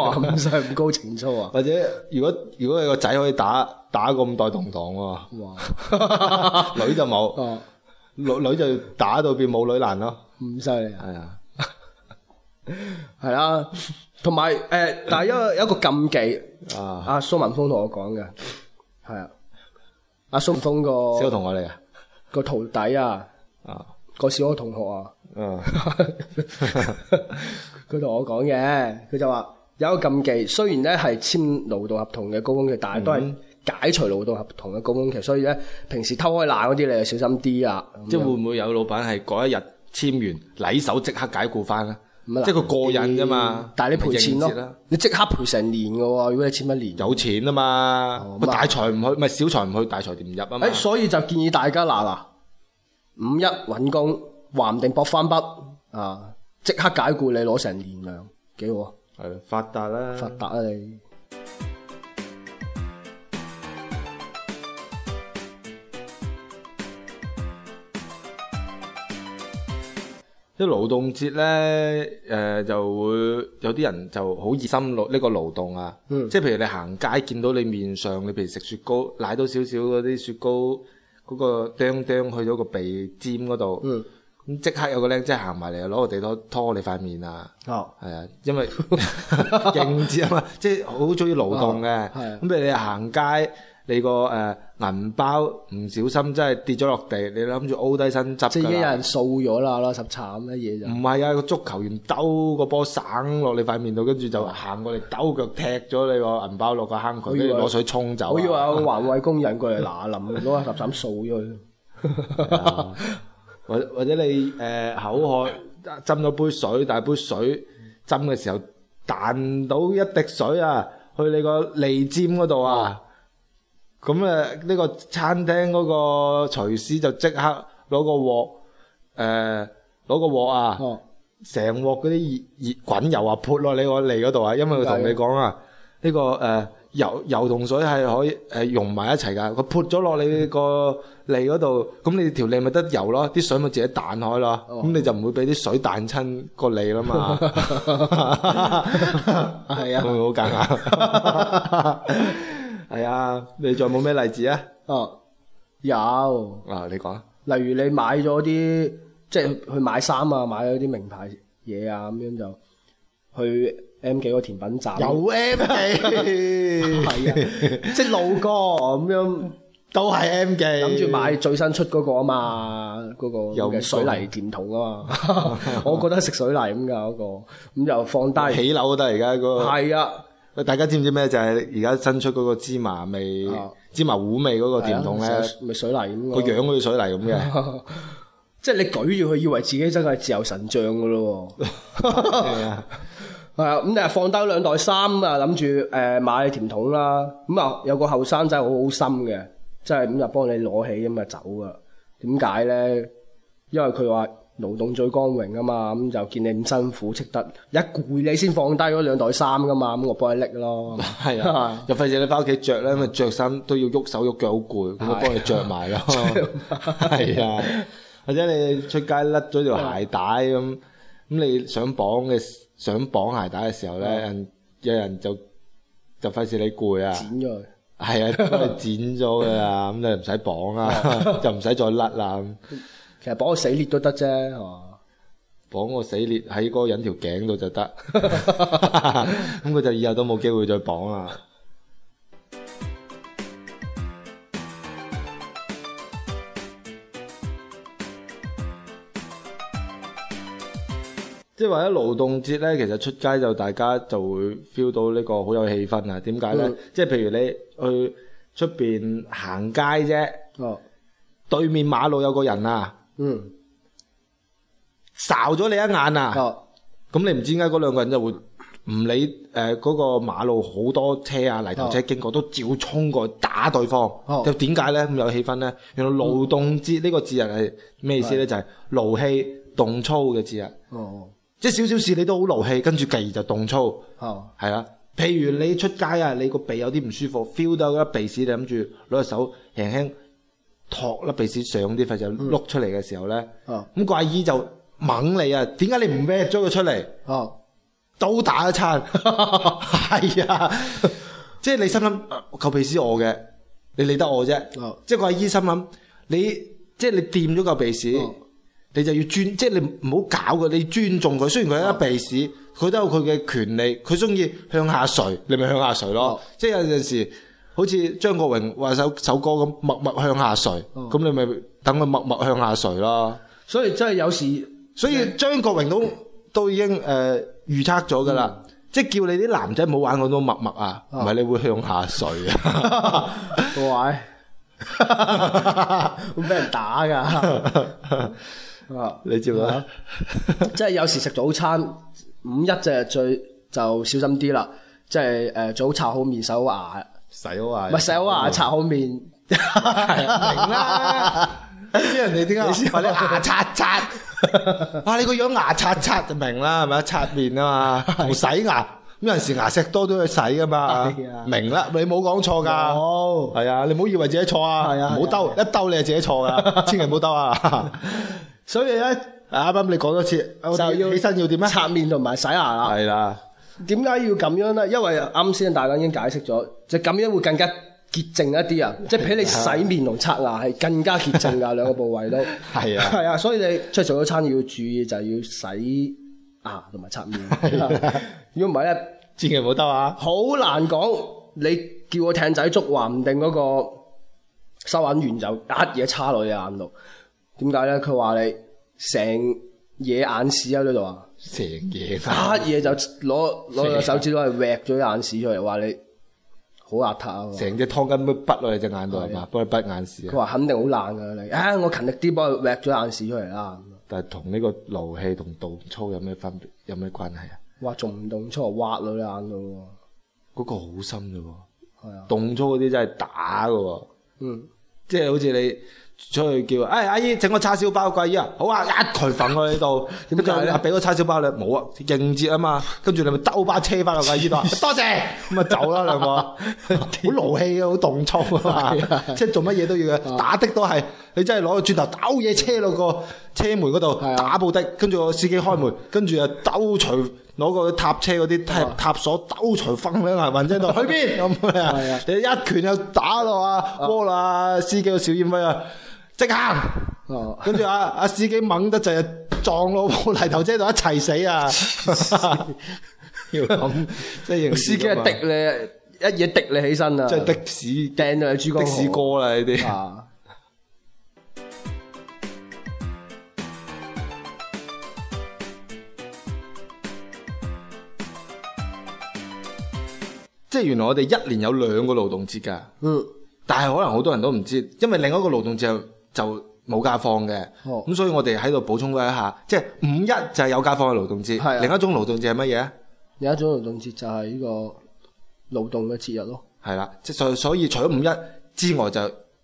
S4: 哇咁細咁高情操啊！
S3: 或者如果如果你個仔可以打打個五代同堂 喎，
S4: 哇！
S3: 女就冇。
S4: 哦，
S3: 女女就打到變母女難咯。
S4: 咁犀利啊！
S3: 係啊，
S4: 係啦，同埋誒，但係因為有一個禁忌，
S3: 啊，
S4: 阿蘇文峰同我講嘅，係啊，阿蘇文峰
S3: 小學
S4: 個
S3: 同學嚟啊，
S4: 個徒弟啊，
S3: 啊，
S4: 個小學同學啊，
S3: 嗯，
S4: 佢同我講嘅，佢就話有一個禁忌，雖然咧係簽勞動合同嘅高峰期，但
S3: 嗯
S4: 係都係解除勞動合同嘅高峰期，所以咧平時偷開懶嗰啲你就小心啲啊啦。
S3: 即係會唔會有老闆係嗰一日簽完，禮手即刻解僱翻咧？
S4: 咁啊
S3: 即係佢過癮啫嘛
S4: 嗯但係你賠錢
S3: 咪應節啦
S4: 咯，你即刻賠成年嘅喎，如果你簽一年。
S3: 有錢啊嘛，咪
S4: 咁啊
S3: 大財唔去，咪小財唔去，大財唔入啊嘛
S4: 誒，。哎所以就建議大家嗱嗱，五一揾工，話唔定搏翻筆啊，即刻解僱你攞成年糧，幾好啊！
S3: 係咯發達啦，
S4: 發達啊你！
S3: 即係勞動節咧，誒、就會有啲人就好熱心勞呢個勞動啊，
S4: 嗯
S3: 即係譬如你行街見到你面上，你譬如食雪糕，舐到少少嗰啲雪糕嗰、個釘釘去咗個鼻尖嗰度，
S4: 嗯，
S3: 咁即刻有個僆仔行埋嚟，攞個地拖拖你塊面啊！
S4: 哦，
S3: 係啊，因 為應節啊嘛，即係好中意勞動嘅。
S4: 哦 係啊
S3: 咁譬如你行街，你個誒銀包唔小心真係跌咗落地，你諗住踎低身執
S4: 即係已
S3: 㗎
S4: 經有
S3: 啦
S4: 人掃咗啦，啦十慘乜嘢就
S3: 唔係啊，個足球員兜個波省落你塊面度，跟住就行過嚟兜腳踢咗你個銀包落個坑渠，
S4: 嗯我以
S3: 跟
S4: 為
S3: 住攞水沖走啊。
S4: 我以 為有個環衛工人過嚟嗱臨攞個十慘掃咗佢。
S3: 啊或或者你誒、呃口渴斟咗杯水，但係杯水斟嘅時候彈到一滴水啊，去你個脷尖嗰度
S4: 哦
S3: 啊，咁誒呢個餐廳嗰個廚師就即刻攞個鑊誒攞個鑊啊，
S4: 哦，
S3: 成鑊嗰啲熱熱滾油啊潑落你個脷嗰度啊，因為佢同你講啊，呢、個誒、呃油油同水係可以誒、呃溶埋一齊㗎，佢潑咗落你個脷嗰度，咁你條脷咪得油咯，啲水咪自己彈開咯，咁、
S4: 哦
S3: 你就唔會俾啲水彈親個脷啦嘛。
S4: 係啊
S3: 會唔會好尷尬？係啊，你仲有冇咩例子啊？
S4: 哦，有。
S3: 啊，你講啊
S4: 例如你買咗啲即係去買衫啊，買咗啲名牌嘢啊，咁樣就去 M 記個甜品站，
S3: 啊 M 記，
S4: 係啊，即係路過咁 樣
S3: 都係 M 記，
S4: 諗住買最新出嗰個啊嘛，嗰、
S3: 有
S4: 個嘅水泥甜筒啊嘛， 我覺得食水泥咁噶嗰個，咁就放低，
S3: 起樓得而家嗰個。
S4: 係啊，
S3: 喂，大家知唔知咩？就係而家新出嗰個芝麻味
S4: 啊、
S3: 芝麻糊味嗰個甜筒咧
S4: 係，啊啊成日咪水泥咁
S3: 個
S4: 個
S3: 樣，好似水泥咁 嘅。
S4: 即係你舉住佢，以為自己真係自由神像噶咯喎。
S3: 係啊
S4: 係啊，咁你係放低兩袋衫啊，諗住誒買甜筒啦。咁啊，有個後生仔好好心嘅，真係五日幫你攞起咁啊走噶。點解咧？因為佢話勞動最光榮啊嘛，咁就見你咁辛苦，識得一攰你先放低嗰兩袋衫噶嘛，咁我啊幫你拎咯。
S3: 係啊，又費事你翻屋企着咧，因為着衫都要喐手喐腳，好攰，咁就啊幫你着埋咯。係啊，或者你出街甩咗條鞋帶咁，咁你想綁嘅想綁鞋帶嘅時候咧，人有人就就費事你攰啊，
S4: 剪咗佢，
S3: 係啊，幫你剪咗㗎啦，咁你唔使綁啦，就唔使再甩啦。咁
S4: 其實綁個死裂都得啫，哦係嘛？
S3: 綁個死裂喺嗰個人條頸度就得， 咁佢就以後都冇機會再綁啦。即係話喺勞動節咧，其實出街就大家就會 feel 到呢個好有氣氛啊！點解咧？
S4: 嗯
S3: 即係譬如你去出邊行街啫，
S4: 哦，
S3: 對面馬路有個人啊，
S4: 嗯，
S3: 睄咗你一眼啊！
S4: 哦，
S3: 咁你唔知點解嗰兩個人就會唔理誒嗰、個馬路好多車啊泥頭車
S4: 哦
S3: 經過，都照衝過去打對方。
S4: 哦
S3: 就點解咧咁有氣氛咧？原來勞動節呢個節日係咩意思咧？就係勞氣動粗嘅節日，
S4: 哦，
S3: 即係少少事你都好勞氣，跟住繼而就動粗，
S4: 哦，
S3: 係啊。譬如你出街啊，你個鼻有啲唔舒服，feel 到一鼻屎，你諗住攞隻手輕輕托粒鼻屎上啲肺就碌出嚟嘅時候咧，
S4: 哦，
S3: 咁個阿姨就猛你啊！點解你唔搲咗佢出嚟？
S4: 哦，
S3: 都打一 餐，係啊，即係你心諗呃嚿鼻屎我嘅，你理得我啫
S4: 哦，
S3: 即係個阿姨心諗你，即係你掂咗嚿鼻屎
S4: 哦，
S3: 你就要尊，即係你唔好搞佢，你尊重佢。雖然
S4: 哦
S3: 佢係一鼻屎，佢都有佢嘅權利，佢中意向下垂，你咪向下垂咯
S4: 哦。
S3: 即係有陣時。好似張國榮話首首歌咁，默默向下垂，
S4: 哦
S3: 咁你咪等佢默默向下垂咯。
S4: 所以真係有時。
S3: 所以張國榮都都已經誒、呃、預測咗㗎啦，即係叫你啲男仔唔好玩嗰種默默啊，唔
S4: 啊
S3: 係、你會向下垂 啊。
S4: 喂，會俾人打噶。 啊，
S3: 你知唔知啊？
S4: 即係有時食早餐，五一就最就小心啲啦。即係誒，早刷好面，洗好牙，
S3: 洗好啊牙，
S4: 唔係洗好牙，刷好面。
S3: 係啊明啦。啲人哋點解話你牙 刷刷？哇！你個樣牙刷刷就明啦，係咪刷面 啊嘛，同洗牙。咁有陣時牙石多都要洗㗎嘛
S4: 係啊，
S3: 明啦，你冇講錯㗎。
S4: 好，
S3: 係啊，你唔好以為自己錯啊，
S4: 係啊
S3: 唔好兜，一兜你係自己錯噶， 千祈唔好兜啊！
S4: 所以咧
S3: 啱啱你講多次，我哋
S4: 就要
S3: 起身要點啊咧？
S4: 刷面同埋洗牙啦。
S3: 係啦，
S4: 點解要咁樣咧？因為啱先大家已經解釋咗，就咁樣會更加潔淨一 啲啊！即係比你洗面同刷牙係更加潔淨㗎，兩個部位都
S3: 係啊
S4: 係啊！所以你出去做咗餐要注意，就係要洗牙同埋刷面
S3: 係啊。
S4: 如果唔係咧，
S3: 千祈唔好兜啊！
S4: 好難講。你叫我艇仔捉，話唔定嗰個收銀員就一嘢叉落你眼度。點解咧？佢話你成嘢眼屎喺呢度啊！
S3: 成嘢
S4: 一嘢就 攞攞個手指攞嚟搲咗眼屎出嚟，話你好邋遢啊！
S3: 成隻湯巾都滗落你隻眼度係
S4: 係
S3: 嘛？幫你滗眼屎
S4: 佢
S3: 啊！
S4: 話肯定好爛噶你，唉、我勤力啲幫佢搲咗眼屎出嚟啦。
S3: 但係同呢個勞氣同動粗有咩分別？有咩關係啊？
S4: 哇，仲唔動粗啊？挖到你眼度
S3: 嗰個好深啫喎，
S4: 喎，係啊，
S3: 動粗嗰啲真係打噶喎，
S4: 嗯，
S3: 即係好似你出去叫，哎阿姨整個叉燒包個阿姨啊，好啊，一佢粉我呢度，
S4: 點解
S3: 跟住
S4: 咧
S3: 啊俾個叉燒包你，冇啊，應節啊嘛，跟住你咪兜巴車翻落個阿姨度啊，多謝，咁啊走啦兩個， 好勞氣啊，好動粗啊
S4: 係啊
S3: 嘛，即係做乜嘢都要嘅，打的都係，你真係攞個轉頭兜嘢車落個車門嗰度
S4: 係啊
S3: 打部的，跟住個司機開門，跟住啊兜除。攞個塔車嗰
S4: 啊
S3: 啲塔塔鎖兜除啊分兩下混喺 度，去邊 咁啊
S4: 係啊？
S3: 你一拳又打落啊波啦，司機個小煙威啊，即行，
S4: 哦，
S3: 跟住啊啊司機猛得滯啊，撞落 部泥頭車度一齊死啊！ 要咁啊即係
S4: 司機係滴你，一嘢滴你起身啊，
S3: 即係的士
S4: 掟到你珠江
S3: 的
S4: 河
S3: 士哥啦呢啲。
S4: 啊！
S3: 即係原來我哋一年有兩個勞動節㗎，
S4: 嗯，
S3: 但係可能好多人都唔知，因為另一個勞動節就就冇假放嘅，
S4: 哦
S3: 咁、所以我哋喺度補充多一下，即係五一就係有假放嘅勞動節，
S4: 係啊
S3: 另一種勞動節係乜嘢啊？
S4: 有一種勞動節就係呢個勞動嘅節日咯。
S3: 係啦，即係所所以除咗五一之外就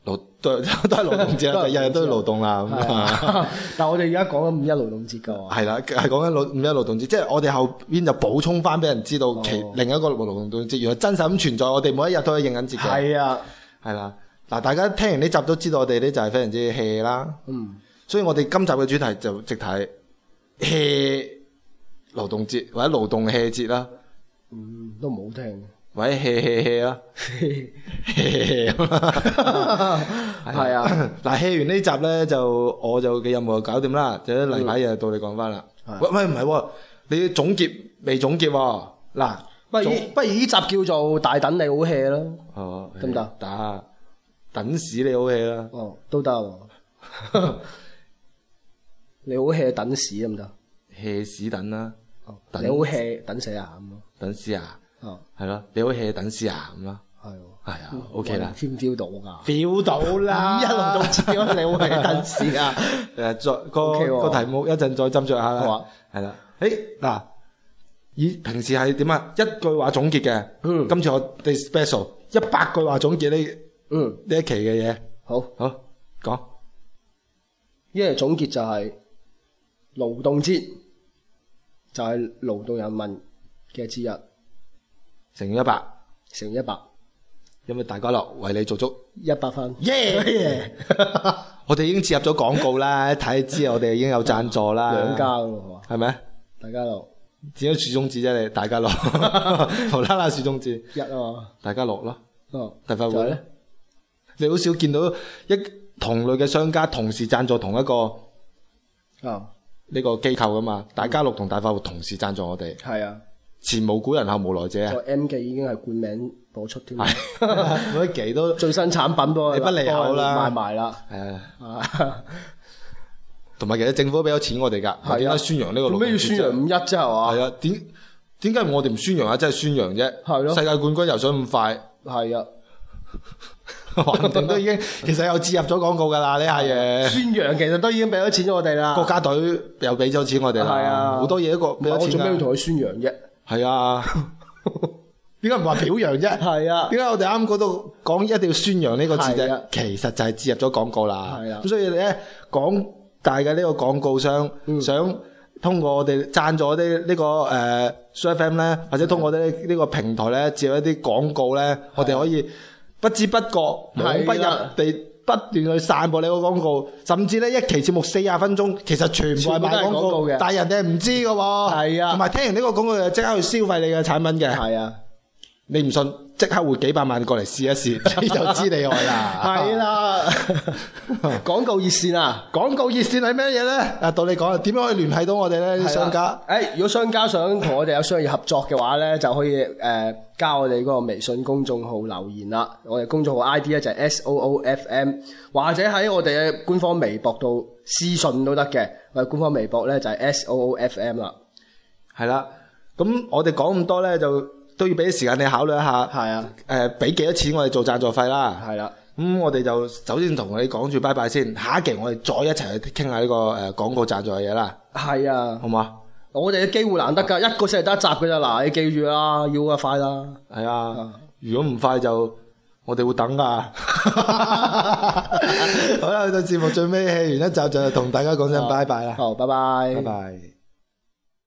S3: 勞都都係勞 動節啦，
S4: 都係勞動節
S3: 日日都係勞動啦咁啊。
S4: 但係我哋而家講緊五一勞動節㗎喎，
S3: 係啦，係講緊勞五一勞動節，即係我哋後邊就補充翻俾人知道其
S4: 哦
S3: 另一個勞動節原來真實咁存在，我哋每一日都係應緊節嘅。
S4: 係啊，
S3: 係啦，嗱，大家聽完呢集都知道我哋呢就係非常之 hea 啦，
S4: 嗯，
S3: 所以我哋今集嘅主題就直睇 hea 勞動節或者勞動 hea 節啦，
S4: 嗯都唔好 聽。
S3: 或者 hea hea hea 啦。hea 咁啦，
S4: 係啊，
S3: 嗱 hea 完呢集咧就我就嘅任務就搞掂啦，就啲例牌嘢到你講翻啦。
S4: 係
S3: 喂喂唔係喎，你總結未總結喎？嗱，
S4: 不如
S3: 總
S4: 不如呢集叫做大等你好 hea 啦，
S3: 哦
S4: 得唔得？
S3: 打等屎你好 hea 啦，
S4: 哦都得喎，你好 hea 等屎得唔得？
S3: hea 屎等啦，
S4: 哦
S3: 等
S4: 你好 hea 等死啊咁咯，
S3: 等屎啊，
S4: 哦
S3: 係咯，你好 hea 等屎啊咁啦，
S4: 係喎
S3: 係啊，OK 啦
S4: ，feel 唔 feel 嗯到㗎？
S3: ，feel 到
S4: 五一勞動節嗰陣你好 hea 等
S3: 屎 啊！誒，再個
S4: OK 喎
S3: 個題目一陣再斟酌下
S4: 好啊
S3: 啦。係啦，誒嗱，以平時係點啊？一句話總結嘅，
S4: 嗯
S3: 今次我哋 special 一百句話總結呢
S4: 嗯，
S3: 呢一期嘅嘢，
S4: 好。
S3: 好講
S4: 一係總結就係勞動節就係勞動人民嘅節日，
S3: 乘以一百，
S4: 乘一百
S3: 因為大家樂為你做足。
S4: 一百分。
S3: 耶！ 我哋已經植入咗廣告啦，一睇就知我哋已經有贊助啦。
S4: 兩家㗎喎，係嘛
S3: 係咪？
S4: 大家樂
S3: 點咗豎中指啫？你大 家樂無啦啦豎中指，
S4: 一啊嘛，
S3: 大家樂咯。
S4: 哦，
S3: 大快
S4: 就
S3: 活
S4: 係
S3: 咧，你好少見到一同類嘅商家同時贊助同一個
S4: 啊，
S3: 呢個機構噶嘛？大家樂同大快活同時贊助我哋，
S4: 係啊，
S3: 前無古人後無來者啊
S4: 個！M 記已經係冠名播出添，嗯
S3: 係 每一期都
S4: 最新產品都
S3: 你不離口啦
S4: 幫佢賣埋啦，
S3: 誒，
S4: 啊，
S3: 同埋其實政府俾咗錢我哋㗎，點解宣揚呢個勞動節啫？
S4: 咩要宣揚五一啫係嘛？
S3: 係啊，點點解我哋唔宣揚啊？真係宣揚啫！
S4: 係咯
S3: 世界冠軍游水咁快，
S4: 係啊，
S3: 橫掂都已經其實有植入咗廣告㗎啦，呢下嘢。
S4: 宣揚其實都已經俾咗錢咗我哋啦，
S3: 國家隊又俾咗錢我哋啦，
S4: 係啊
S3: 好多嘢都個俾
S4: 唔係我
S3: 咗
S4: 做
S3: 錢㗎。
S4: 咩要同佢宣揚啫？
S3: 係啊， 點解唔話表揚啫？
S4: 係啊
S3: 點。解我哋啱嗰度講一定要宣揚呢個字
S4: 係
S3: 啫
S4: 啊？
S3: 其實就係植入咗廣告啦。
S4: 係啊
S3: 咁所以咧，廣大嘅呢個廣告商、
S4: 嗯
S3: 想通過我哋贊助呢呢個誒 s u FM 咧，或者通過呢呢個平台咧，接一啲廣告咧，我哋可以不知不覺、
S4: 係啊
S3: 無不入
S4: 啦
S3: 地不斷去散播呢個廣告，甚至咧一期節目四十分鐘，其實全部係
S4: 全部都係
S3: 賣廣
S4: 廣告
S3: 告
S4: 嘅
S3: 但係人哋係唔知嘅喎。
S4: 係啊
S3: 同埋聽完呢個廣告就即刻去消費你嘅產品嘅。
S4: 係啊，
S3: 你唔信，即刻會幾百萬過嚟試一 試，你就知你愛啦。
S4: 係，啦， 廣告熱線啊，
S3: 廣告熱線係咩嘢咧？啊，到你講啦，點樣可以聯繫到我哋咧？啲商
S4: 係
S3: 家
S4: 啦，啊誒，如果商家想同我哋有商業合作嘅話咧，就可以誒、呃加我哋嗰個微信公眾號留言啦。我哋公眾號 I D 咧就係 S O O F M，或者喺我哋嘅官方微博度私信都得嘅。我哋官方微博咧就係 S O O F M 啦。
S3: 係啦，咁我哋講咁多咧，就都要俾啲時間你考慮一下。
S4: 係啊，
S3: 誒，俾幾多錢我哋做贊助費啦？
S4: 係啊啦，
S3: 咁我哋就首先同你講住拜拜先，下一期我哋再一齊去傾下呢個誒廣告贊助嘅嘢啦，
S4: 係啊
S3: 好，唔好啊？
S4: 我哋嘅機會難得㗎，一個星期得一集㗎咋嗱，你記住啦，要啊快啦。
S3: 係啊，如果唔快就我哋會等啊 噶。好啦，去到節目最尾，戲完一集就同大家講聲拜拜啦，
S4: 好，拜拜，
S3: 拜拜。